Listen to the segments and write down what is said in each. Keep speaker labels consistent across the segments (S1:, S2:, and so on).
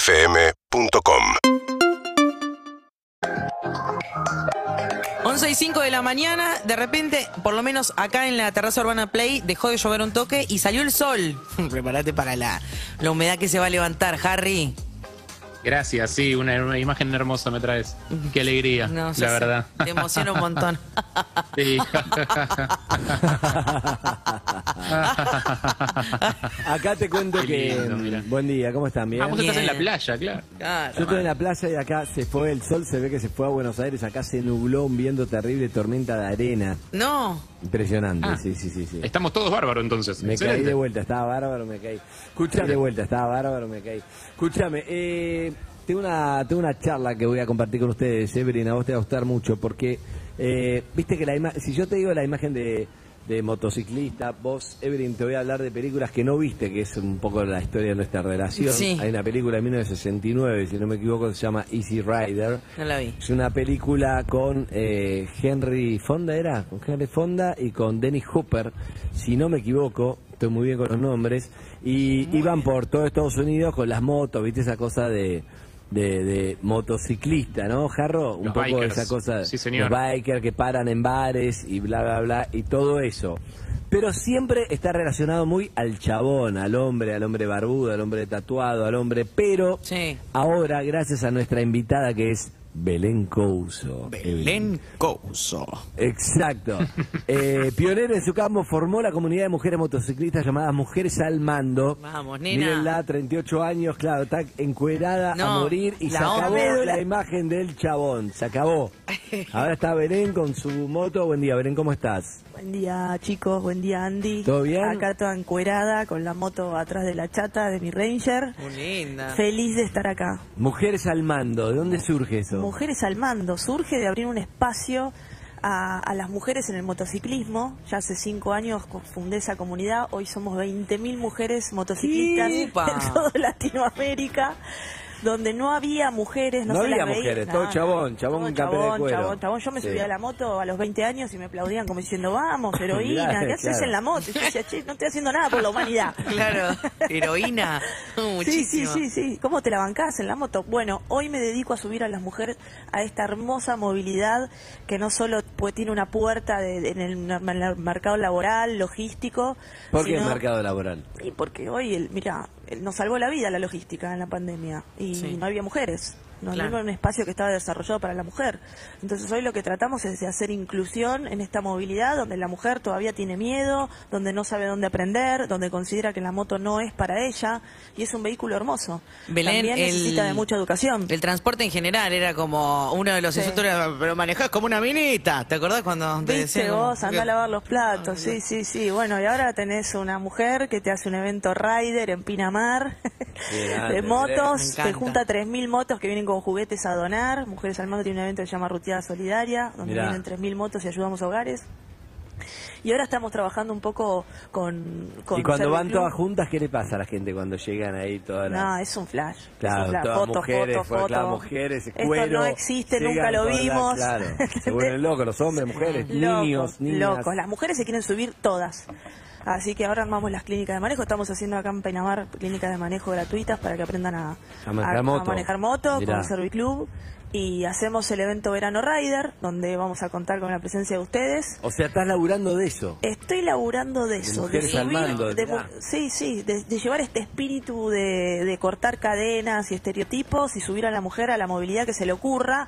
S1: UrbanaPlayFM.com
S2: 11 y 5 de la mañana, de repente, por lo menos acá en la terraza Urbana Play, dejó de llover un toque y salió el sol. Prepárate para la, la humedad que se va a levantar, Harry.
S3: Gracias, sí, una, una imagen hermosa me traes. Qué alegría,
S2: No,
S3: la
S2: sé,
S3: verdad.
S2: Te emociona un montón.
S3: Sí.
S4: Acá te cuento
S3: Qué
S4: que. mm,
S3: lindo, mira.
S4: buen día, ¿cómo están? Bien.
S3: Ah, vos estás en la
S2: Bien.
S3: playa, claro.
S4: Yo
S2: Claro.
S4: estoy en la playa y acá se fue el sol, se ve que se fue a Buenos Aires, acá se nubló un viento terrible, tormenta de arena.
S2: No,
S4: Impresionante,
S3: Ah.
S4: sí, sí, sí, sí.
S3: Estamos todos bárbaros entonces.
S4: Me caí
S3: Excelente.
S4: de vuelta, estaba bárbaro, me caí. Escuchame, de vuelta, estaba bárbaro, me caí. Escúchame, eh, tengo, una, tengo una charla que voy a compartir con ustedes, Evelyn, a vos te va a gustar mucho, porque eh, viste que la ima- si yo te digo la imagen de, de motociclista, vos, Evelyn, te voy a hablar de películas que no viste, que es un poco la historia de nuestra relación.
S2: Sí.
S4: Hay una película de 1969, si no me equivoco, que se llama Easy Rider.
S2: no la vi.
S4: Es una película con eh, Henry Fonda, ¿era? Con Henry Fonda y con Dennis Hooper, si no me equivoco, estoy muy bien con los nombres, y iban por todo Estados Unidos con las motos, ¿viste? Esa cosa de, de, de motociclista, ¿no, Jarro? Un
S3: Los
S4: poco
S3: bikers.
S4: esa cosa,
S3: Sí, señor.
S4: los bikers que paran en bares y bla, bla, bla, y todo eso. Pero siempre está relacionado muy al chabón, al hombre, al hombre barbudo, al hombre tatuado, al hombre, pero...
S2: Sí.
S4: Ahora, gracias a nuestra invitada que es Belén Couso. Belén Couso. Exacto. Eh, pionera en su campo, formó la comunidad de mujeres motociclistas llamada Mujeres al Mando.
S2: Vamos, nena.
S4: Mírenla, 38 años, claro, está encuerada a
S2: No,
S4: morir y se
S2: la
S4: acabó
S2: médula.
S4: la imagen del chabón, se acabó. Ahora está Belén con su moto. Buen día, Belén, ¿cómo estás?
S5: Buen día chicos, buen día Andy.
S4: ¿Todo bien?
S5: Acá toda encuerada con la moto atrás de la chata de mi Ranger.
S2: Muy
S4: Ah.
S2: linda.
S5: Feliz de estar acá.
S4: Mujeres al Mando, ¿de dónde surge eso?
S5: Mujeres al mando, surge de abrir un espacio a, a las mujeres en el motociclismo. Ya hace cinco años co- fundé esa comunidad, hoy somos 20.000 mujeres motociclistas
S2: ¡Epa!
S5: en toda Latinoamérica. Donde no había mujeres, no,
S4: No
S5: se las
S4: había
S5: veía,
S4: mujeres,
S5: no,
S4: todo
S5: no.
S4: chabón, chabón
S5: Todo
S4: con campera de
S5: chabón,
S4: cuero.
S5: chabón, chabón. Yo me
S4: Sí.
S5: subí a la moto a los 20 años y me aplaudían como diciendo, vamos, heroína,
S4: Mirá,
S5: ¿qué haces
S4: claro.
S5: en la moto? Y yo decía, che, no estoy haciendo nada por la humanidad.
S2: Claro, heroína.
S5: Sí,
S2: Muchísimo.
S5: sí, sí, sí. ¿Cómo te la bancás en la moto? Bueno, hoy me dedico a subir a las mujeres a esta hermosa movilidad que no solo pues, tiene una puerta de- de- en, el, en el mercado laboral, logístico.
S4: ¿Por qué
S5: sino-
S4: mercado laboral?
S5: Y porque hoy, el, mira, el- nos salvó la vida la logística en la pandemia y
S2: Sí.
S5: no había mujeres. No
S2: Claro.
S5: había un espacio que estaba desarrollado para la mujer. Entonces hoy lo que tratamos es de hacer inclusión en esta movilidad donde la mujer todavía tiene miedo, donde no sabe dónde aprender, donde considera que la moto no es para ella y es un vehículo hermoso.
S2: Belén,
S5: También necesita
S2: el-
S5: de mucha educación.
S2: El transporte en general era como uno de los
S5: Sí.
S2: insultos, era, pero manejás como una minita. ¿Te acordás cuando te
S5: Viste
S2: decían?
S5: vos, anda a lavar los
S4: Ah,
S5: platos,
S2: Ay,
S5: sí, sí, sí. Bueno, y ahora tenés una mujer que te hace un evento rider en Pinamar,
S4: grande,
S5: de
S2: me
S5: motos,
S2: encanta.
S5: te junta 3.000 motos que vienen con juguetes a donar. Mujeres al Mando tiene un evento que se llama Ruteada Solidaria, donde
S4: Mirá.
S5: vienen 3.000 motos y ayudamos a hogares. Y ahora estamos trabajando un poco con... con
S4: Y cuando van
S5: Serviclub.
S4: todas juntas, ¿qué le pasa a la gente cuando llegan ahí todas las...
S5: No, es un flash. es un
S4: Claro,
S5: flash.
S4: todas
S5: fotos,
S4: mujeres,
S5: fotos,
S4: fue-
S5: fotos.
S4: claro, mujeres,
S5: Esto
S4: cuero,
S5: no existe,
S4: llegan
S5: nunca lo
S4: por la-
S5: vimos.
S4: claro, se vuelven locos los hombres, mujeres,
S5: Locos,
S4: niños, niñas.
S5: Locos, las mujeres se quieren subir todas. Así que ahora armamos las clínicas de manejo. Estamos haciendo acá en Penamar clínicas de manejo gratuitas para que aprendan a,
S4: A manejar moto.
S5: manejar moto
S4: Mirá.
S5: con Serviclub. Y hacemos el evento Verano Rider, donde vamos a contar con la presencia de ustedes.
S4: O sea, estás laburando de eso.
S5: Estoy laburando de eso, de,
S4: mujeres al mando,
S5: de mu-
S4: mirá.
S5: sí, sí, de, de llevar este espíritu de, de cortar cadenas y estereotipos y subir a la mujer a la movilidad que se le ocurra.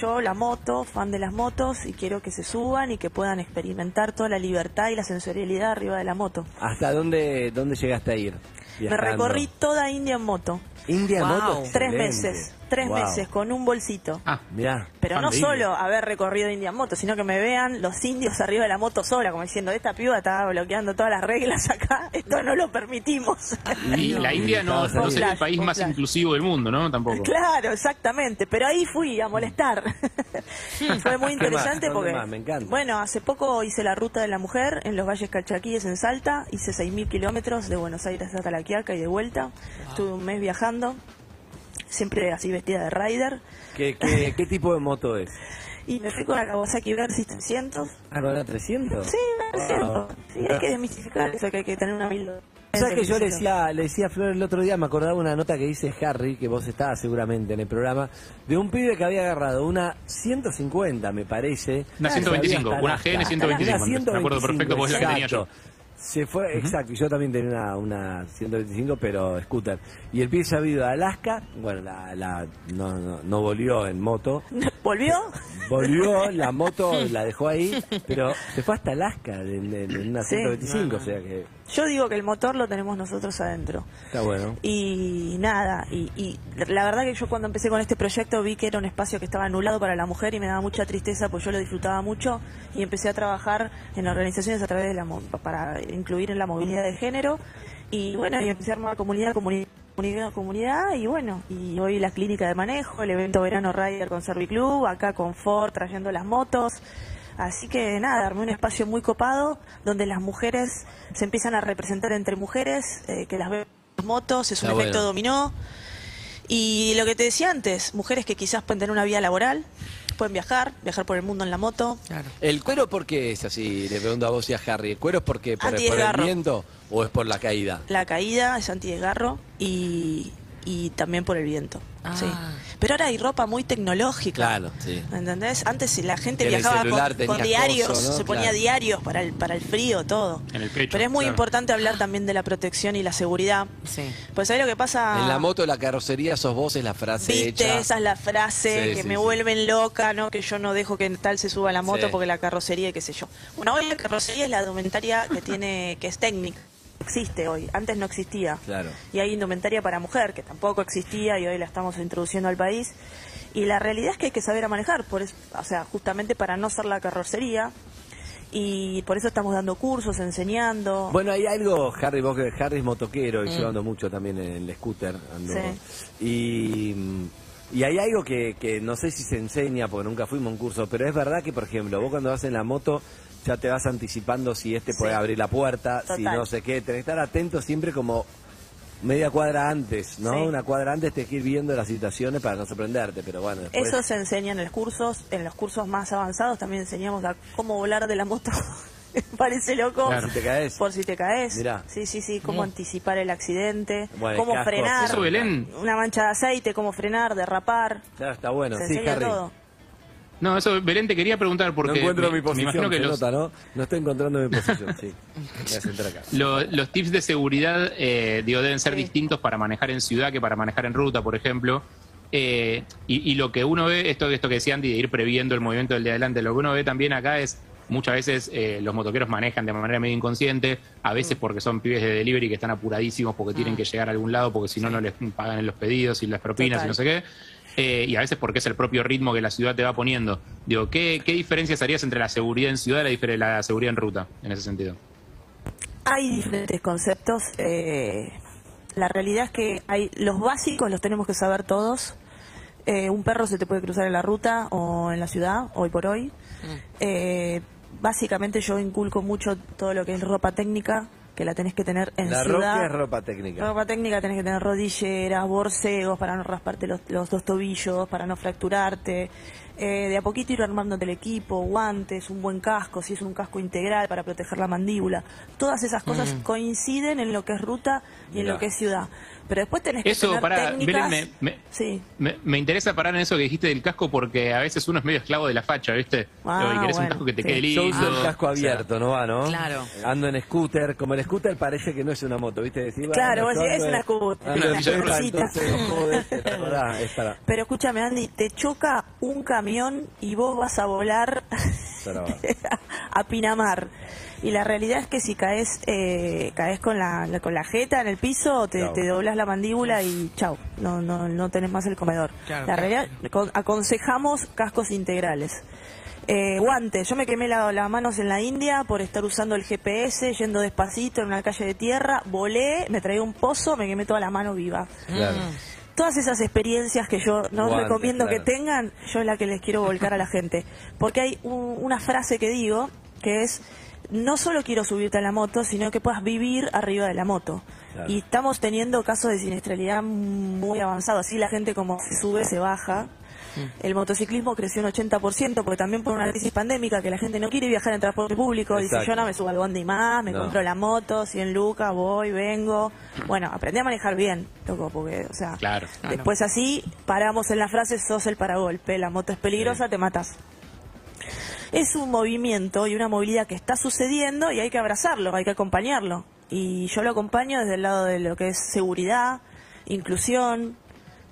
S5: Yo, la moto, fan de las motos, y quiero que se suban y que puedan experimentar toda la libertad y la sensorialidad arriba de la moto.
S4: ¿Hasta dónde, dónde llegaste a ir? Viajando.
S5: Me recorrí toda India en moto,
S4: India
S2: Wow.
S4: Moto.
S5: tres
S4: excelente.
S5: meses, tres
S4: Wow.
S5: meses, con un bolsito.
S3: Ah,
S4: Mirá.
S5: Pero
S3: Fan
S5: no
S3: de India.
S5: solo haber recorrido India en moto, sino que me vean los indios arriba de la moto sola, como diciendo, esta piba está bloqueando todas las reglas acá, esto no lo permitimos.
S3: y la India no,
S4: Estabas ahí.
S3: no sería el
S5: Flash,
S3: país
S5: un
S3: más
S5: flash.
S3: inclusivo del mundo, ¿no? Tampoco.
S5: claro, exactamente, pero ahí fui a molestar. Fue muy
S4: Hmm. ¿Qué más?
S5: interesante
S4: ¿Dónde
S5: porque,
S4: más? Me encanta.
S5: bueno, hace poco hice la ruta de la mujer en los valles calchaquíes en Salta, hice 6.000 kilómetros de Buenos Aires a Talaquiaca y de vuelta,
S4: Ah.
S5: estuve un mes viajando, siempre así vestida de rider,
S4: ¿Qué, qué, qué tipo de moto es?
S5: y me fui con la Kawasaki Versys 300.
S4: Ah, ¿con la 300?
S5: Sí, no es
S4: Wow.
S5: cierto. Sí, hay que desmistificar eso, que hay que tener una humildad
S4: ¿Sabes que yo le
S5: felicito.
S4: decía, le decía a Flor el otro día, me acordaba una nota que dice Harry, que vos estabas seguramente en el programa, de un pibe que había agarrado una 150, me parece.
S3: Una 125, una GN 125, me acuerdo perfecto, porque
S4: porque
S3: es la que tenía yo.
S4: Se fue, exacto, y yo también tenía una, una 125, pero scooter. Y el pibe se ha ido a Alaska, bueno, la, la- no, no, no volvió en moto,
S5: ¿Volvió?
S4: volvió, la moto la dejó ahí, pero se fue hasta Alaska en, en- en una
S5: Sí.
S4: 125, o sea que
S5: Yo digo que el motor lo tenemos nosotros adentro.
S4: está bueno.
S5: Y nada, y, y la verdad que yo cuando empecé con este proyecto vi que era un espacio que estaba anulado para la mujer y me daba mucha tristeza, pues yo lo disfrutaba mucho y empecé a trabajar en organizaciones a través de la mo- para incluir en la movilidad de género y bueno, y empecé a armar comunidad, comunidad comunidad, comunidad, y bueno, y hoy la clínica de manejo, el evento Verano Rider con Serviclub, acá con Ford trayendo las motos. Así que nada, armé un espacio muy copado donde las mujeres se empiezan a representar entre mujeres, eh, que las ven en las motos, es un
S4: Está
S5: efecto
S4: bueno.
S5: dominó. Y lo que te decía antes, mujeres que quizás pueden tener una vida laboral, pueden viajar, viajar por el mundo en la moto.
S2: Claro.
S6: ¿El cuero por qué es así? Le pregunto a vos y a Harry. ¿El cuero es porque por, por el
S5: Antidesgarro.
S6: viento o es por la caída?
S5: La caída es antidesgarro y, y también por el viento.
S2: Ah.
S5: sí. Pero ahora hay ropa muy tecnológica.
S6: Claro, sí.
S5: ¿Entendés? Antes la gente
S6: En el
S5: viajaba
S6: celular
S5: con,
S6: tenía
S5: con diarios,
S6: coso, ¿no?
S5: se ponía
S6: Claro.
S5: diarios para el, para el frío, todo.
S3: En el pecho,
S5: Pero es muy
S3: claro.
S5: importante hablar también de la protección y la seguridad.
S2: Sí.
S5: Pues ahí lo que pasa...
S6: En la moto, la carrocería, sos vos, es la frase
S5: Viste,
S6: hecha.
S5: esa es la frase
S6: Sí,
S5: que
S6: sí,
S5: me
S6: sí.
S5: vuelven loca, ¿no? Que yo no dejo que tal se suba a la moto
S6: Sí.
S5: porque la carrocería y qué sé yo. Bueno, hoy la carrocería es la documentaria que tiene, que es técnica. Existe hoy, antes no existía.
S6: Claro.
S5: Y hay indumentaria para mujer, que tampoco existía y hoy la estamos introduciendo al país. Y la realidad es que hay que saber a manejar, por es- o sea, justamente para no ser la carrocería. Y por eso estamos dando cursos, enseñando.
S4: Bueno, hay algo, Harry, vos que Harry es motoquero y
S5: Mm.
S4: yo ando mucho también en el scooter. ando- Y, y hay algo que, que no sé si se enseña, porque nunca fuimos a un curso, pero es verdad que, por ejemplo, vos cuando vas en la moto ya te vas anticipando si este puede
S5: Sí.
S4: abrir la puerta, si
S5: Total.
S4: no sé qué, tenés que estar atento siempre como media cuadra antes, ¿no?
S5: Sí.
S4: Una cuadra antes tenés que ir viendo las situaciones para no sorprenderte, pero bueno, después...
S5: Eso se enseña en los cursos, en los cursos más avanzados también enseñamos a cómo volar de la moto. Parece loco.
S3: Claro.
S4: Si te caes.
S5: Por si te caes.
S4: Mirá.
S5: Sí, sí, sí, cómo anticipar el accidente,
S4: Bueno, el
S5: cómo
S4: casco.
S5: frenar.
S3: Eso, Belén.
S5: Una mancha de aceite, cómo frenar, derrapar.
S4: Claro, está bueno.
S5: se
S4: sí,
S5: enseña
S4: Harry.
S5: todo.
S3: No, eso, Belén, te quería preguntar porque.
S4: no encuentro
S3: me-
S4: mi
S3: Me
S4: posición,
S3: imagino que
S4: se
S3: los,
S4: nota, ¿no? No estoy encontrando mi posición, sí. Me voy a sentar acá.
S3: lo- los tips de seguridad, eh, digo, deben ser
S5: Sí.
S3: distintos para manejar en ciudad que para manejar en ruta, por ejemplo. Eh, y, y lo que uno ve, esto, esto que decía Andy, de ir previendo el movimiento del de adelante, lo que uno ve también acá es. Muchas veces eh, los motoqueros manejan de manera medio inconsciente, a veces
S5: Mm.
S3: porque son pibes de delivery que están apuradísimos porque tienen que llegar a algún lado porque si no, no les pagan los pedidos y las propinas
S5: Total.
S3: y no sé qué. Eh, y a veces porque es el propio ritmo que la ciudad te va poniendo. Digo, ¿qué, qué diferencias harías entre la seguridad en ciudad y la, difer- la seguridad en ruta, en ese sentido?
S5: Hay diferentes conceptos. eh, la realidad es que hay los básicos los tenemos que saber todos. Eh, un perro se te puede cruzar en la ruta o en la ciudad, hoy por hoy. Eh, básicamente yo inculco mucho todo lo que es ropa técnica, que la tenés que tener en
S4: La
S5: ciudad.
S4: roca es ropa técnica.
S5: Ropa técnica tenés que tener rodilleras, borcegos para no rasparte los, los dos tobillos, para no fracturarte. Eh, de a poquito ir armándote el equipo, guantes, un buen casco, si es un casco integral para proteger la mandíbula. Todas esas cosas
S3: Mm.
S5: coinciden en lo que es ruta y en
S4: Mirá.
S5: lo que es ciudad. Pero después tenés que
S3: Eso,
S5: tener
S3: pará,
S5: técnicas.
S3: Belén, me- me-
S5: Sí.
S3: Me, me interesa parar en eso que dijiste del casco porque a veces uno es medio esclavo de la facha, ¿viste?
S5: Ah,
S3: Digo, y querés un
S5: bueno,
S3: casco que te
S5: sí.
S3: quede lindo.
S4: Yo uso el casco
S3: o sea,
S4: abierto, ¿no va, no?
S2: Claro.
S4: Ando en scooter, como el scooter parece que no es una moto, ¿viste? Decís, bueno,
S5: Claro,
S4: yo
S5: vos decís,
S4: ando
S5: es
S4: en-
S5: una Mm. scooter,
S4: ando en
S3: una silla de
S4: ruedas,
S5: ruedas.
S4: entonces, joder, la verdad, es para-
S5: Pero escúchame, Andy, te choca un camión y vos vas a volar
S4: para abajo.
S5: a Pinamar. Y la realidad es que si caes, eh, caes con la, la- con la jeta en el piso, te,
S4: Chau.
S5: te doblas la mandíbula y chau, no, no, no tenés más el comedor.
S2: Claro,
S5: la
S2: claro.
S5: realidad, con- aconsejamos cascos integrales. Eh, guantes, yo me quemé la- las manos en la India por estar usando el GPS, yendo despacito en una calle de tierra, volé, me traí un pozo, me quemé toda la mano viva.
S4: Claro.
S5: Todas esas experiencias que yo no
S4: Guantes,
S5: recomiendo
S4: claro.
S5: que tengan, yo es la que les quiero volcar a la gente. Porque hay un- una frase que digo, que es, no solo quiero subirte a la moto, sino que puedas vivir arriba de la moto.
S4: Claro.
S5: Y estamos teniendo casos de siniestralidad muy avanzados. Así la gente como se sube, se baja. El motociclismo creció un 80%, porque también por una crisis pandémica que la gente no quiere viajar en transporte público. Dice,
S6: Exacto.
S5: yo no me subo al bondi más, me
S6: No.
S5: compro la moto, 100 lucas, voy, vengo. Bueno, aprendí a manejar bien, loco, porque, o sea,
S3: Claro.
S2: Ah, no.
S5: después así paramos en la frase, sos el paragolpe, la moto es peligrosa, te matas. Es un movimiento y una movilidad que está sucediendo y hay que abrazarlo, hay que acompañarlo. Y yo lo acompaño desde el lado de lo que es seguridad, inclusión,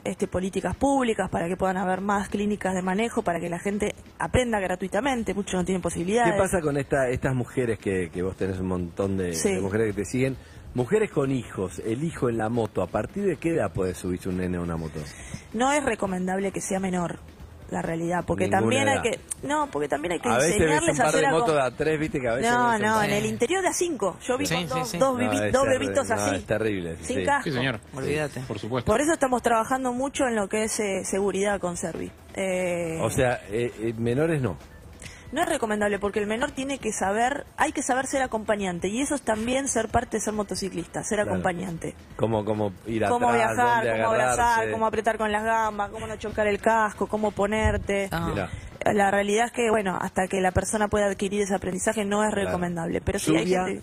S5: este, políticas públicas para que puedan haber más clínicas de manejo, para que la gente aprenda gratuitamente, muchos no tienen
S4: ¿Qué
S5: posibilidades.
S4: pasa con esta, estas mujeres que, que vos tenés un montón de,
S5: Sí.
S4: de mujeres que te siguen? Mujeres con hijos, el hijo en la moto, ¿a partir de qué edad puede subirse un nene a una moto?
S5: No es recomendable que sea menor la realidad, porque
S4: Ninguna
S5: también hay
S4: edad.
S5: que no, porque también hay que
S6: A veces ves un
S5: enseñarles a
S6: par
S5: hacer
S6: de
S5: algo.
S6: motos de a tres, viste que a veces...
S5: No,
S6: ves un
S5: no,
S6: par-
S5: en el interior de a cinco. Yo vi
S2: Sí,
S5: con
S2: sí,
S5: dos,
S2: sí.
S5: dos bebi-
S4: No, es
S5: dos
S4: terrible,
S5: bebitos
S4: no,
S5: así.
S4: es terrible, sí.
S5: Sin casco.
S3: Sí, señor.
S2: Olvídate.
S3: Por supuesto.
S5: Por eso estamos trabajando mucho en lo que es eh, seguridad con Servi. Eh,
S4: O sea, eh, eh, menores no.
S5: no es recomendable porque el menor tiene que saber, hay que saber ser acompañante y eso es también ser parte de ser motociclista, ser
S4: Claro.
S5: acompañante.
S4: ¿Cómo, cómo ir atrás?
S5: cómo viajar,
S4: dónde
S5: cómo abrazar,
S4: agarrarse?
S5: cómo apretar con las gambas, cómo no chocar el casco, cómo ponerte.
S2: Ah.
S4: Mirá.
S5: La realidad es que, bueno, hasta que la persona pueda adquirir ese aprendizaje no es
S4: Claro.
S5: recomendable. Pero sí
S4: Lluvia.
S5: hay gente.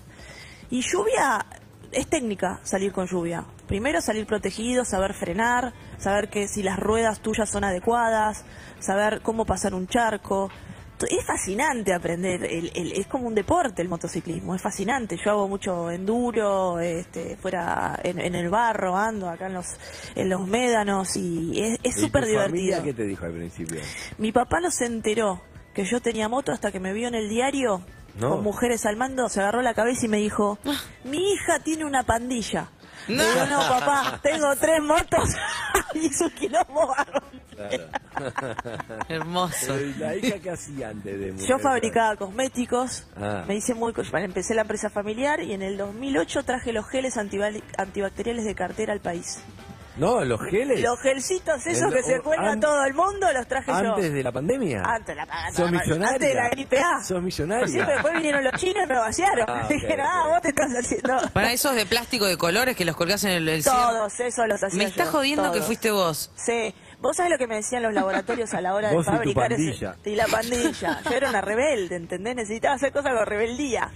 S5: Y lluvia es técnica salir con lluvia. Primero salir protegido, saber frenar, saber que si las ruedas tuyas son adecuadas, saber cómo pasar un charco. T- Es fascinante aprender, el- el- es como un deporte el motociclismo, es fascinante. Yo hago mucho enduro, este, fuera en, en el barro, ando acá en los, en los médanos y es- es
S4: ¿Y
S5: súper
S4: tu
S5: divertido.
S4: familia ¿Qué te dijo al principio?
S5: Mi papá no se enteró que yo tenía moto hasta que me vio en el diario
S4: No.
S5: con mujeres al mando, se agarró la cabeza y me dijo, mi hija tiene una pandilla.
S2: No.
S5: No, no, papá, tengo tres motos y es un quilombo bárbaro.
S2: Hermoso.
S3: Eh,
S4: ¿La hija qué hacía antes de mujer?
S5: Yo fabricaba cosméticos,
S4: Ah.
S5: me hice muy... co- bueno, empecé la empresa familiar y en el 2008 traje los geles antibali- antibacteriales de cartera al país.
S4: No, los geles.
S5: Los gelcitos esos
S4: El-
S5: que se
S4: o-
S5: cuelga
S4: an-
S5: todo el mundo, los traje yo.
S4: Antes de la pandemia.
S5: Antes de la pandemia.
S4: ¿Sos millonaria?
S5: Antes de la gripe A.
S4: ¿Sos millonaria?
S5: Pues Sí, pero después vinieron los chinos y me vaciaron.
S4: Ah, ok,
S5: Dijeron, ah,
S4: ok.
S5: vos te estás haciendo.
S2: Para esos de plástico de colores que los colgás en el, el cielo.
S5: Todos esos los hacía
S2: Me está
S5: yo,
S2: jodiendo que
S5: todos.
S2: fuiste vos.
S5: Sí. Vos sabés lo que me decían los laboratorios a la hora
S4: Vos y
S5: de
S4: tu
S5: fabricar ese-
S4: pandilla.
S5: y la pandilla. Yo era una rebelde, ¿entendés? Necesitaba hacer cosas con rebeldía.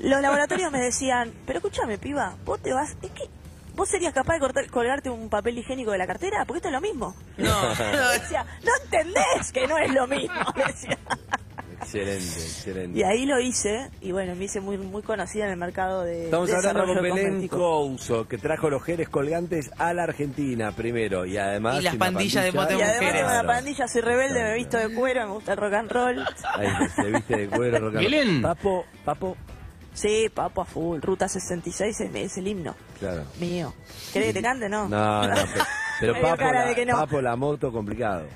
S5: Los laboratorios me decían, pero escúchame, piba, vos te vas... Es que vos serías capaz de cortar- colgarte un papel higiénico de la cartera, porque esto es lo mismo.
S2: No,
S5: Me decía, no entendés que no es lo mismo. me decía.
S4: Excelente, excelente.
S5: Y ahí lo hice, y bueno, me hice muy muy conocida en el mercado de
S4: Estamos hablando
S5: desarrollo
S4: con Belén
S5: cosmético.
S4: Couso, que trajo los geles colgantes a la Argentina primero. Y además.
S2: Y las
S4: tiene una
S2: pandillas de
S4: pandilla.
S2: mote
S5: Y además tengo una
S2: Claro.
S5: pandilla, soy rebelde, me he visto de cuero, me gusta el rock and roll.
S4: Ahí se viste de cuero, rock and roll.
S3: Belén.
S4: Papo, papo.
S5: Sí, papo a full, Ruta 66 es, es el himno
S4: Claro.
S5: mío. ¿Querés que te cante, no?
S4: No, no, pero- pero,
S5: Me dio
S4: papo,
S5: cara de
S4: la,
S5: que no.
S4: papo, la moto, complicado.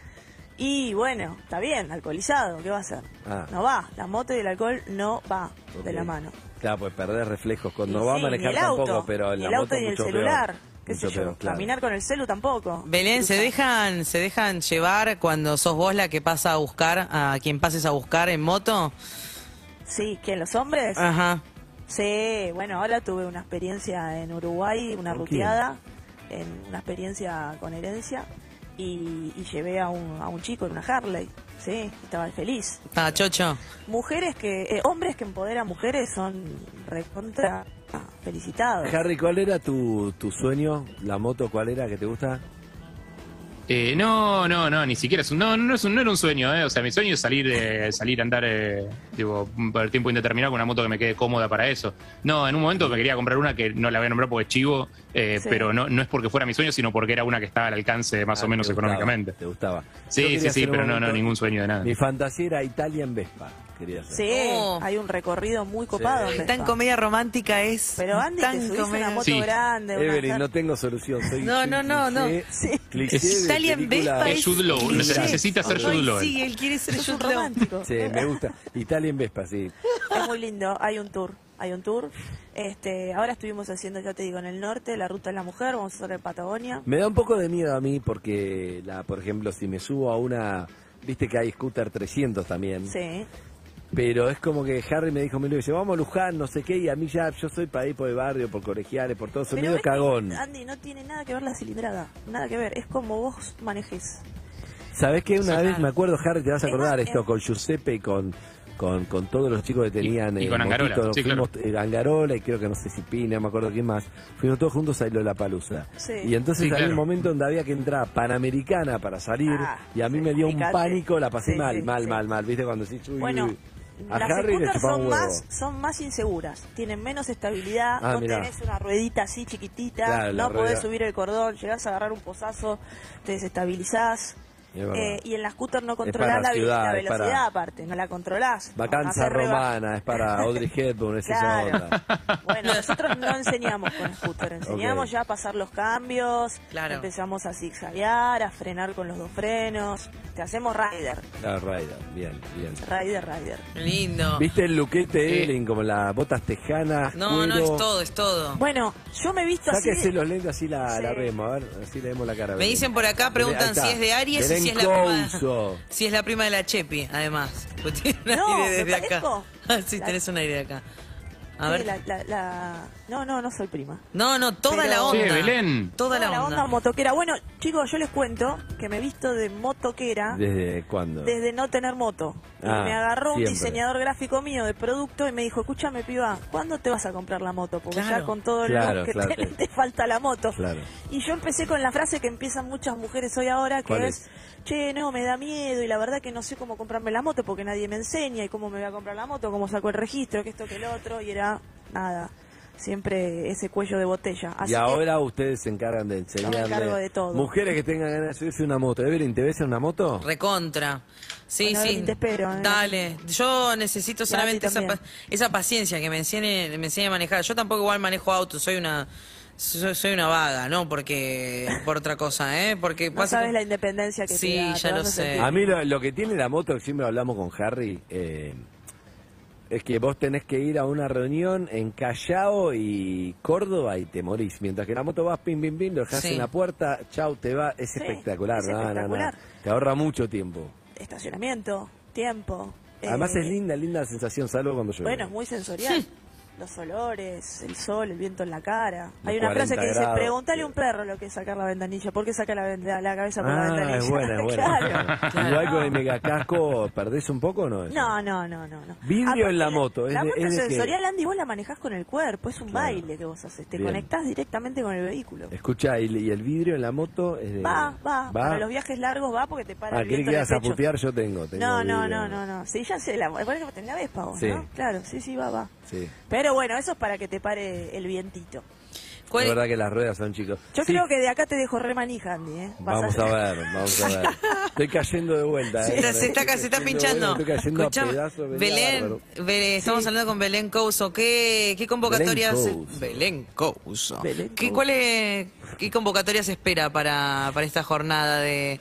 S5: Y bueno, está bien, alcoholizado, ¿qué va a hacer?
S4: Ah.
S5: No va, la moto y el alcohol no va de
S4: Ok.
S5: la mano.
S4: Claro, pues perder reflejos cuando
S5: Y
S4: va a
S5: sí,
S4: manejar
S5: ni el auto,
S4: tampoco, pero en
S5: ni
S4: la
S5: el
S4: moto
S5: auto ni el
S4: mucho peor.
S5: celular, qué sé
S4: Mucho
S5: yo,
S4: peor, claro.
S5: caminar con el celu tampoco.
S2: Belén, ¿se dejan, ¿se dejan llevar cuando sos vos la que pasa a buscar, a quien pases a buscar en moto?
S5: Sí, ¿quién? ¿Los hombres?
S2: Ajá.
S5: Sí, bueno, ahora tuve una experiencia en Uruguay, una
S4: ¿Con quién?
S5: ruteada, en una experiencia con herencia, y, y llevé a un, a un chico en una Harley, sí, estaba feliz.
S2: Ah, chocho.
S5: Mujeres que, eh, hombres que empoderan mujeres son recontra felicitados.
S4: Harry, ¿cuál era tu, tu sueño? ¿La moto cuál era que te gusta?
S3: Eh, no, no, no, ni siquiera es un, no, no, es un, no era un sueño, eh. O sea, mi sueño es salir, eh, salir a andar, eh, digo, por tiempo indeterminado con una moto que me quede cómoda para eso. No, en un momento me quería comprar una que no la voy a nombrar porque es chivo, eh,
S5: Sí.
S3: pero no, no es porque fuera mi sueño, sino porque era una que estaba al alcance más
S4: Ah,
S3: o menos
S4: te gustaba,
S3: económicamente.
S4: Te gustaba. Yo
S3: Sí,
S4: quería
S3: sí, sí,
S4: hacer un
S3: pero no, no,
S4: momento-
S3: ningún sueño de nada.
S4: Mi fantasía era Italia en Vespa. Quería hacer.
S5: Sí,
S2: Oh.
S5: hay un recorrido muy copado. en
S2: Tan
S5: Vespa.
S2: comedia romántica es.
S5: Pero Andy,
S2: tan
S5: te subís a una
S2: comedia-
S5: moto
S3: Sí.
S5: grande. una
S4: Evelyn,
S5: Har-
S4: no tengo solución. Soy
S2: No,
S4: soy
S2: no, no, no.
S4: cliché-
S5: Sí.
S4: cliché
S3: Es-
S4: de
S2: Italia en
S4: película-
S2: Vespa
S3: Es Jude Law,
S2: cliché.
S3: necesita ser Jude
S2: Ay,
S3: Law.
S2: Sí, él quiere ser
S5: Sos un
S2: Jude Law.
S5: romántico.
S4: Sí, me gusta. Italia en Vespa, sí.
S5: Es muy lindo, hay un tour, hay un tour. Este, ahora estuvimos haciendo, ya te digo, en el norte, la ruta de la mujer, vamos a hacer en Patagonia.
S4: Me da un poco de miedo a mí porque, la, por ejemplo, si me subo a una... Viste que hay scooter 300 también.
S5: Sí.
S4: Pero es como que Harry me dijo, me lo dice, vamos a Luján, no sé qué, y a mí ya, yo soy para ir por el barrio, por colegiales, por todo, soy
S5: Pero
S4: medio
S5: ves que,
S4: cagón.
S5: Andy, no tiene nada que ver la cilindrada, nada que ver, es como vos manejes.
S4: ¿Sabés que Una vez me acuerdo, Harry, te vas a
S5: Es
S4: acordar
S5: más,
S4: esto
S5: eh.
S4: con Giuseppe y con, con, con todos los chicos que tenían.
S3: y
S4: eh,
S3: con Angarola,
S4: motitos,
S3: sí,
S4: fuimos, eh, Angarola y creo que no sé si Pina, me acuerdo quién más. Fuimos todos juntos a la palusa.
S5: Sí.
S4: Y entonces
S3: Sí,
S4: había un
S3: claro.
S4: momento donde había que entrar Panamericana para salir
S5: Ah,
S4: y a mí
S5: sí,
S4: me dio un
S5: ubicate.
S4: pánico, la pasé
S5: Sí,
S4: mal,
S5: sí,
S4: mal,
S5: sí.
S4: mal, mal. ¿Viste cuando decís, uy,
S5: Bueno,
S4: uy. a
S5: las
S4: Harry le
S5: scooters
S4: chupaba
S5: son
S4: un huevo.
S5: más, son más inseguras, tienen menos estabilidad,
S4: Ah,
S5: no
S4: mirá.
S5: tenés una ruedita así chiquitita,
S4: Claro, la
S5: no podés
S4: rueda.
S5: subir el cordón, llegás a agarrar un pozazo, te desestabilizás.
S4: Es verdad.
S5: eh, y en la scooter no
S4: para
S5: controlás la, ve-
S4: ciudad,
S5: la
S4: es para-
S5: velocidad aparte, no la controlás.
S4: Vacanza
S5: Hacés reba-
S4: romana, es para Audrey Hepburn, es esa
S5: Claro.
S4: onda.
S5: Bueno, nosotros no enseñamos con scooter, enseñamos
S4: Ok.
S5: ya a pasar los cambios,
S2: Claro.
S5: empezamos a zigzaguear, a frenar con los dos frenos, te hacemos rider,
S4: La rider, bien, bien.
S5: rider, rider.
S2: Lindo.
S4: ¿Viste el luquete
S3: Sí.
S4: Evelyn, como las botas tejanas?
S2: No, no,
S4: cuero?
S2: es todo, es todo.
S5: Bueno, yo me he visto así.
S4: Sáquese los lentes, así la,
S5: Sí.
S4: la vemos, a ver, así le vemos la cara.
S2: Me dicen por acá,
S4: Ahí
S2: preguntan
S4: está.
S2: si es de Aries y
S4: Belén
S2: si es la prima.
S4: Couso.
S2: Si es la prima de la Chepi, además. Pues tiene un
S5: No,
S2: aire
S5: ¿me
S2: desde acá. Ah,
S5: parezco?
S2: sí,
S5: La-
S2: tenés un aire de acá. A
S5: Sí,
S2: ver.
S5: la- la- la- No, no, no soy prima.
S2: No, no, toda
S5: Pero-
S2: la onda.
S3: Sí, Belén.
S2: Toda la onda.
S5: motoquera. Bueno, chicos, yo les cuento que me he visto de motoquera
S4: ¿Desde cuándo?
S5: Ah. desde no tener moto. Y
S4: Ah,
S5: me agarró un
S4: siempre.
S5: diseñador gráfico mío de producto y me dijo, escúchame piba, ¿cuándo te vas a comprar la moto? Porque ya
S2: Claro.
S5: con todo
S4: Claro,
S5: lo que
S4: claro.
S5: tenés te falta la moto.
S4: Claro.
S5: Y yo empecé con la frase que empiezan muchas mujeres hoy ahora, que
S4: ¿Cuál
S5: es,
S4: es?
S5: che, no, me da miedo y la verdad que no sé cómo comprarme la moto porque nadie me enseña y cómo me voy a comprar la moto, cómo saco el registro, que esto, que el otro, y era nada. Siempre ese cuello de botella. Así
S4: y
S5: que-
S4: ahora ustedes se encargan de enseñarle.
S5: encargo de todo.
S4: Mujeres que tengan ganas de subirse una moto. Evelyn, ¿te ves en una moto?
S2: Recontra. Sí,
S5: Bueno,
S2: sí.
S5: Evelyn, te espero, ¿eh?
S2: Dale. Yo necesito
S5: ti
S2: solamente esa,
S5: también.
S2: pa- esa paciencia que me enseñe, me enseñe a manejar. Yo tampoco igual manejo auto, soy una soy, soy una vaga, no porque por otra cosa, ¿eh? Porque
S5: No sabes la independencia que
S2: Sí,
S5: te da,
S2: ya
S5: te vas
S2: lo
S5: a
S2: sé.
S5: sentir.
S4: A mí lo, lo que tiene la moto, que siempre hablamos con Harry, eh, es que vos tenés que ir a una reunión en Callao y Córdoba y te morís. Mientras que la moto vas pim, pim, pim, lo dejás
S2: Sí.
S4: en la puerta, chau, te va. Es
S5: Sí,
S4: espectacular,
S5: es
S4: no, no, no.
S5: espectacular.
S4: Te ahorra mucho tiempo.
S5: Estacionamiento, tiempo.
S4: Además
S5: eh,
S4: es linda, linda la sensación, salvo cuando llueve.
S5: Bueno, es muy sensorial. Los olores, el sol, el viento en la cara. Hay una
S4: 40
S5: frase que dice,
S4: grados.
S5: pregúntale a un perro lo que es sacar la ventanilla. ¿Por qué saca la, venda- la cabeza por la
S4: Ah,
S5: ventanilla?
S4: es buena, es buena.
S5: Claro.
S2: Claro.
S4: Igual con el megacasco, ¿perdés un poco o no?
S5: No, no, no, no. no.
S4: Vidrio
S5: Aparte,
S4: en la moto, es
S5: La
S4: de-
S5: moto
S4: es de que-
S5: sensorial, Andy, vos la manejás con el cuerpo. Es un
S4: Claro.
S5: baile que vos haces. Te
S4: Bien. Este,
S5: conectás directamente con el vehículo.
S4: Escucha, y, y el vidrio en la moto es de...
S5: Va, va, Para los viajes largos va porque te para
S4: Ah,
S5: el
S4: ¿querés
S5: viento
S4: que
S5: en el
S4: ibas a
S5: pecho.
S4: putear? Yo tengo. tengo
S5: No, no,
S4: vidrio.
S5: no, no, no. Sí, ya sé, la, bueno, tenés vez para vos,
S4: Sí.
S5: ¿no? Claro, sí, sí, va, va.
S4: Sí.
S5: Pero bueno, eso es para que te pare el vientito.
S4: Es
S2: ¿Cuál,
S4: verdad que las ruedas son chicos.
S5: Yo
S4: Sí,
S5: creo que de acá te dejo re manija, Andy, ¿eh? Vas
S4: Vamos a ver, vamos a ver. Estoy cayendo de vuelta.
S2: Se
S4: eh.
S2: está, se está, se está
S4: Estoy
S2: pinchando.
S4: cayendo de vuelta, Estoy cayendo a
S2: Escuchame,
S4: pedazos, venía
S2: Belén,
S4: bárbaro.
S2: Belén, estamos hablando con Belén Couso. ¿Qué, qué convocatorias?
S4: Belén Couso.
S2: Belén Couso.
S4: Belén
S2: ¿Qué,
S4: Couso.
S2: cuál es- ¿Qué convocatorias espera para, para esta jornada de,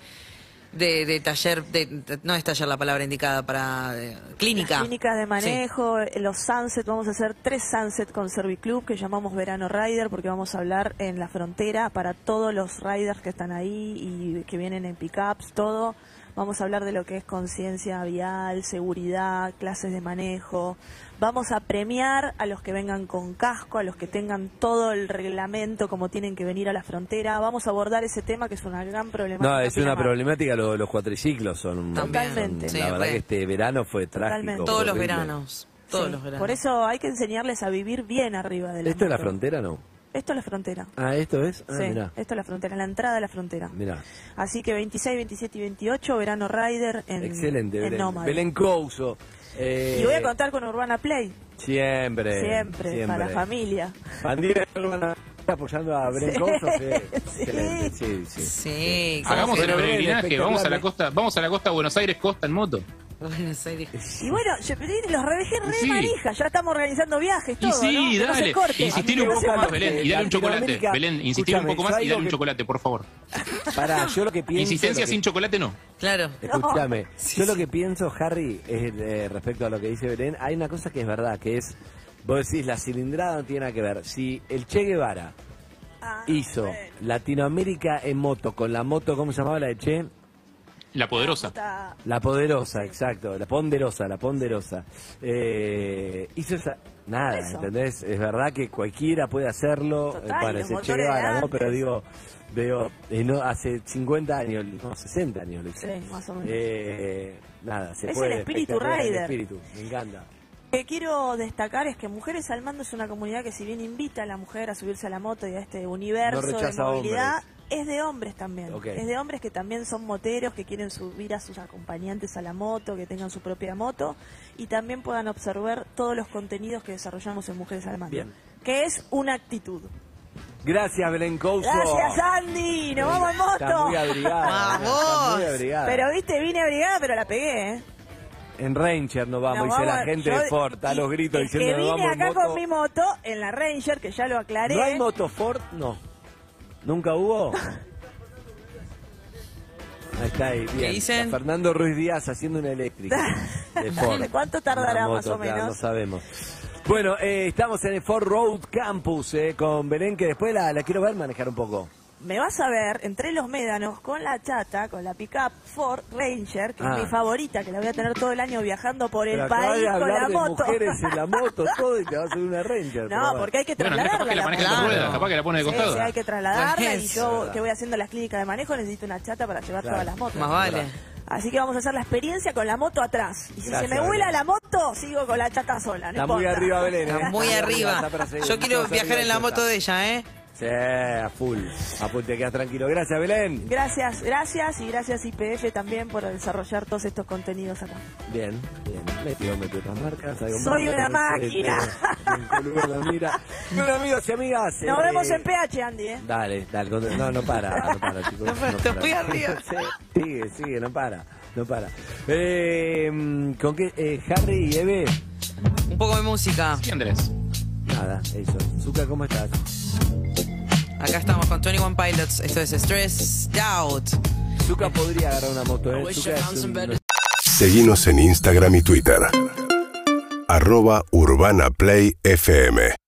S2: de, de taller? de- de- no es taller la palabra indicada, para eh, clínica.
S5: Clínicas de
S2: Sí.
S5: manejo, eh, los sunset, vamos a hacer tres sunset con Serviclub que llamamos Verano Rider porque vamos a hablar en la frontera para todos los riders que están ahí y que vienen en pickups, todo. Vamos a hablar de lo que es conciencia vial, seguridad, clases de manejo. Vamos a premiar a los que vengan con casco, a los que tengan todo el reglamento como tienen que venir a la frontera. Vamos a abordar ese tema que es una gran problemática.
S4: No, es una
S5: Pinamar.
S4: problemática. lo- los cuatriciclos son. un-
S5: Totalmente.
S4: La
S2: Sí,
S4: verdad
S2: re.
S4: que este verano fue trágico.
S5: Totalmente.
S2: Todos los
S4: horrible.
S2: veranos. Todos
S5: Sí,
S2: los veranos.
S5: Por eso hay que enseñarles a vivir bien arriba de la
S4: ¿Esto es la
S5: moto.
S4: frontera no?
S5: Esto es la frontera.
S4: Ah, ¿esto es? Ah,
S5: sí,
S4: mirá.
S5: esto es la frontera, la entrada de la frontera.
S4: Mirá.
S5: Así que 26, 27 y 28, verano rider en,
S4: Excelente,
S5: en
S4: Belén.
S5: Nómada.
S4: Belén Couso. eh,
S5: Y voy a contar con Urbana Play,
S4: Siempre.
S5: siempre, para la familia.
S4: Bandera urbana apoyando a Belén
S5: Sí.
S4: Couso. sí.
S5: Sí.
S4: Excelente, sí, sí.
S2: Sí,
S3: Hagamos el
S4: Pero bien,
S3: peregrinaje, vamos a la
S4: espectacular.
S3: costa, vamos a la costa Buenos Aires, costa en moto.
S2: Buenos Aires.
S5: Y bueno, yo pero los dejé re
S3: Sí.
S5: manija, ya estamos organizando viajes, todo,
S3: Y sí,
S5: ¿no? Que no se
S3: dale,
S5: corte.
S3: insistir
S4: Amigo,
S3: un poco más,
S4: ojalá.
S3: Belén, y dale un chocolate.
S4: Latinoamérica,
S3: Belén, insistir un
S4: escúchame,
S3: poco más y
S4: ¿sabes
S3: dale
S4: lo
S3: un
S4: que-
S3: chocolate, por favor.
S4: Pará, yo lo que pienso.
S3: Insistencia
S4: lo que-
S3: sin chocolate no.
S2: Claro.
S4: Escúchame,
S2: Sí,
S4: yo lo
S2: sí.
S4: que pienso, Harry, es, eh, respecto a lo que dice Belén, hay una cosa que es verdad, que es, vos decís, la cilindrada no tiene nada que ver. Si el Che Guevara
S5: Ah,
S4: hizo
S5: bueno.
S4: Latinoamérica en moto, con la moto, ¿cómo se llamaba la de Che?
S3: La poderosa.
S5: Puta-
S4: La poderosa, exacto, la ponderosa, la ponderosa. Eh, hizo esa... Nada,
S5: Eso.
S4: ¿entendés? Es verdad que cualquiera puede hacerlo,
S5: Total,
S4: eh,
S5: y los
S4: parece Che
S5: motores
S4: Guevara, ¿no?
S5: grandes.
S4: Pero digo, veo, eh, no, hace 50 años, no, 60 años lo hizo.
S5: Sí, más o menos.
S4: Eh, nada, se
S5: Es
S4: puede.
S5: el espíritu
S4: espectacular, el
S5: rider.
S4: espíritu, me encanta.
S5: Lo que quiero destacar es que Mujeres al Mando es una comunidad que si bien invita a la mujer a subirse a la moto y a este universo
S4: No
S5: de
S4: rechaza
S5: movilidad, es de hombres también.
S4: Ok.
S5: Es de hombres que también son moteros, que quieren subir a sus acompañantes a la moto, que tengan su propia moto y también puedan observar todos los contenidos que desarrollamos en Mujeres al Mando.
S4: Bien.
S5: Que es una actitud.
S4: Gracias, Belén Couso.
S5: Gracias, Andy. Nos vamos en
S4: Está muy
S5: moto.
S4: abrigada. Está muy
S2: Vamos.
S4: abrigada.
S5: Pero viste, vine abrigada, pero la pegué, ¿eh?
S4: En Ranger nos vamos,
S5: Nos
S4: dice la
S5: vamos,
S4: gente
S5: yo-
S4: de Ford, está a los
S5: y-
S4: gritos
S5: es
S4: diciendo
S5: que
S4: nos
S5: vine
S4: vamos en
S5: acá
S4: moto.
S5: con mi moto en la Ranger, que ya lo aclaré.
S4: ¿No hay moto Ford? No. ¿Nunca hubo? Ahí está ahí, bien.
S2: dicen?
S4: Está Fernando Ruiz Díaz haciendo una eléctrica de Ford.
S5: ¿Cuánto tardará
S4: Una
S5: más o
S4: claro,
S5: menos?
S4: No sabemos. Bueno, eh, estamos en el Ford Road Campus eh, con Belén, que después la, la quiero ver manejar un poco.
S5: Me vas a ver entre los médanos con la chata, con la pickup Ford Ranger, que
S4: Ah.
S5: es mi favorita, que la voy a tener todo el año viajando por el
S4: Pero acabás
S5: país
S4: de
S5: con
S4: hablar
S5: la
S4: de
S5: moto.
S4: mujeres en la moto, todo, y te vas a subir una Ranger. pero
S5: No,
S4: bueno.
S5: porque hay que
S3: Bueno, no,
S5: trasladarla.
S3: capaz que la maneja
S5: moto.
S3: con ruedas, capaz que la pone de
S5: Sí,
S3: costado.
S5: sí, hay que trasladarla y
S2: Es
S5: yo
S4: verdad.
S5: que voy haciendo las clínicas de manejo necesito una chata para llevar
S4: Claro.
S5: todas las motos.
S2: Más vale.
S5: Así que vamos a hacer la experiencia con la moto atrás. Y si
S4: Gracias,
S5: se me vuela
S4: Belén.
S5: la moto, sigo con la chata sola. No
S4: Está muy
S5: importa.
S4: arriba Belén. ¿eh?
S2: Está muy
S4: Está
S2: arriba.
S4: está para seguir,
S2: Yo quiero
S4: mucho más
S2: viajar en
S4: arriba
S2: la
S4: que
S2: moto
S4: está.
S2: de ella, ¿eh?
S4: Sí, a full. A full, te quedas tranquilo. Gracias, Belén.
S5: Gracias, gracias y gracias IPF también por desarrollar todos estos contenidos acá.
S4: Bien, bien. Metió, metió otras marcas. hay un
S5: Soy
S4: marco,
S5: una
S4: no sé,
S5: máquina.
S4: este, en columna la mira. Bueno, amigos y amigas.
S5: Nos
S4: eh,
S5: vemos en PH, Andy. ¿eh?
S4: Dale, dale. con- No, no para, no para, chicos.
S2: No para, está muy arriba.
S4: Sí, sigue, sigue, no para, no para. Eh, mm, ¿Con qué? Eh, Harry y Eve.
S2: Un poco de música.
S3: Sí, Andrés.
S4: Nada, eso. Zuka, ¿cómo estás?
S2: Acá estamos con 21 Pilots. Esto es Stress Out.
S4: Zuka podría agarrar una moto, ¿eh? Zuka es un...
S1: Seguimos en Instagram y Twitter. Arroba Urbana Play FM.